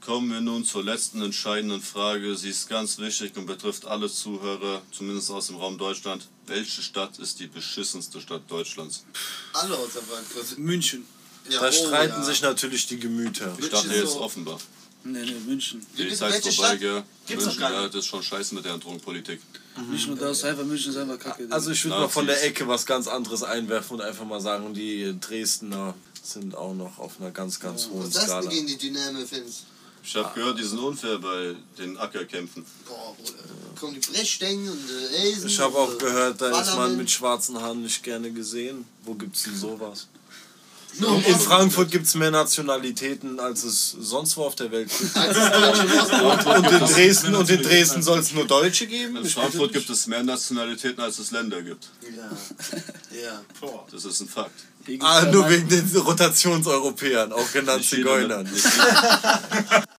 Kommen wir nun zur letzten entscheidenden Frage. Sie ist ganz wichtig und betrifft alle Zuhörer, zumindest aus dem Raum Deutschland. Welche Stadt ist die beschissenste Stadt Deutschlands? Alle aus der Waldkreis. München. Ja, Da oh, streiten ja. sich natürlich die Gemüter. Ich dachte München jetzt so. offenbar. Nee, nee, München. Die Welche Zeit ist vorbei, Stadt? gell? Gibt's doch München, gar ja, nicht. das ist schon scheiße mit der Drogenpolitik. Nicht nur das, einfach München ist einfach kacke. Also ich würde mal Nazis. von der Ecke was ganz anderes einwerfen und einfach mal sagen, die Dresdner sind auch noch auf einer ganz, ganz hohen Was ist das denn Skala. gegen die Dynamo-Fans? Ich Ah. habe gehört, die sind unfair bei den Ackerkämpfen. Boah, Bruder. Kommen die Brechstangen und äh, Eisen. Ich habe auch und, äh, gehört, da ist man Ballermann. mit schwarzen Haaren nicht gerne gesehen. Wo gibt's denn sowas? Nur In Frankfurt gibt es mehr Nationalitäten, als es sonst wo auf der Welt gibt. und, und in Dresden, und in Dresden soll es nur Deutsche geben? In Ich Frankfurt gibt es mehr Nationalitäten, als es Länder gibt. Ja. Ja. Boah. Das ist ein Fakt. Ah, nur wegen den Rotationseuropäern, auch genannt also, Nicht jeder- ne? Zigeunern. Nicht,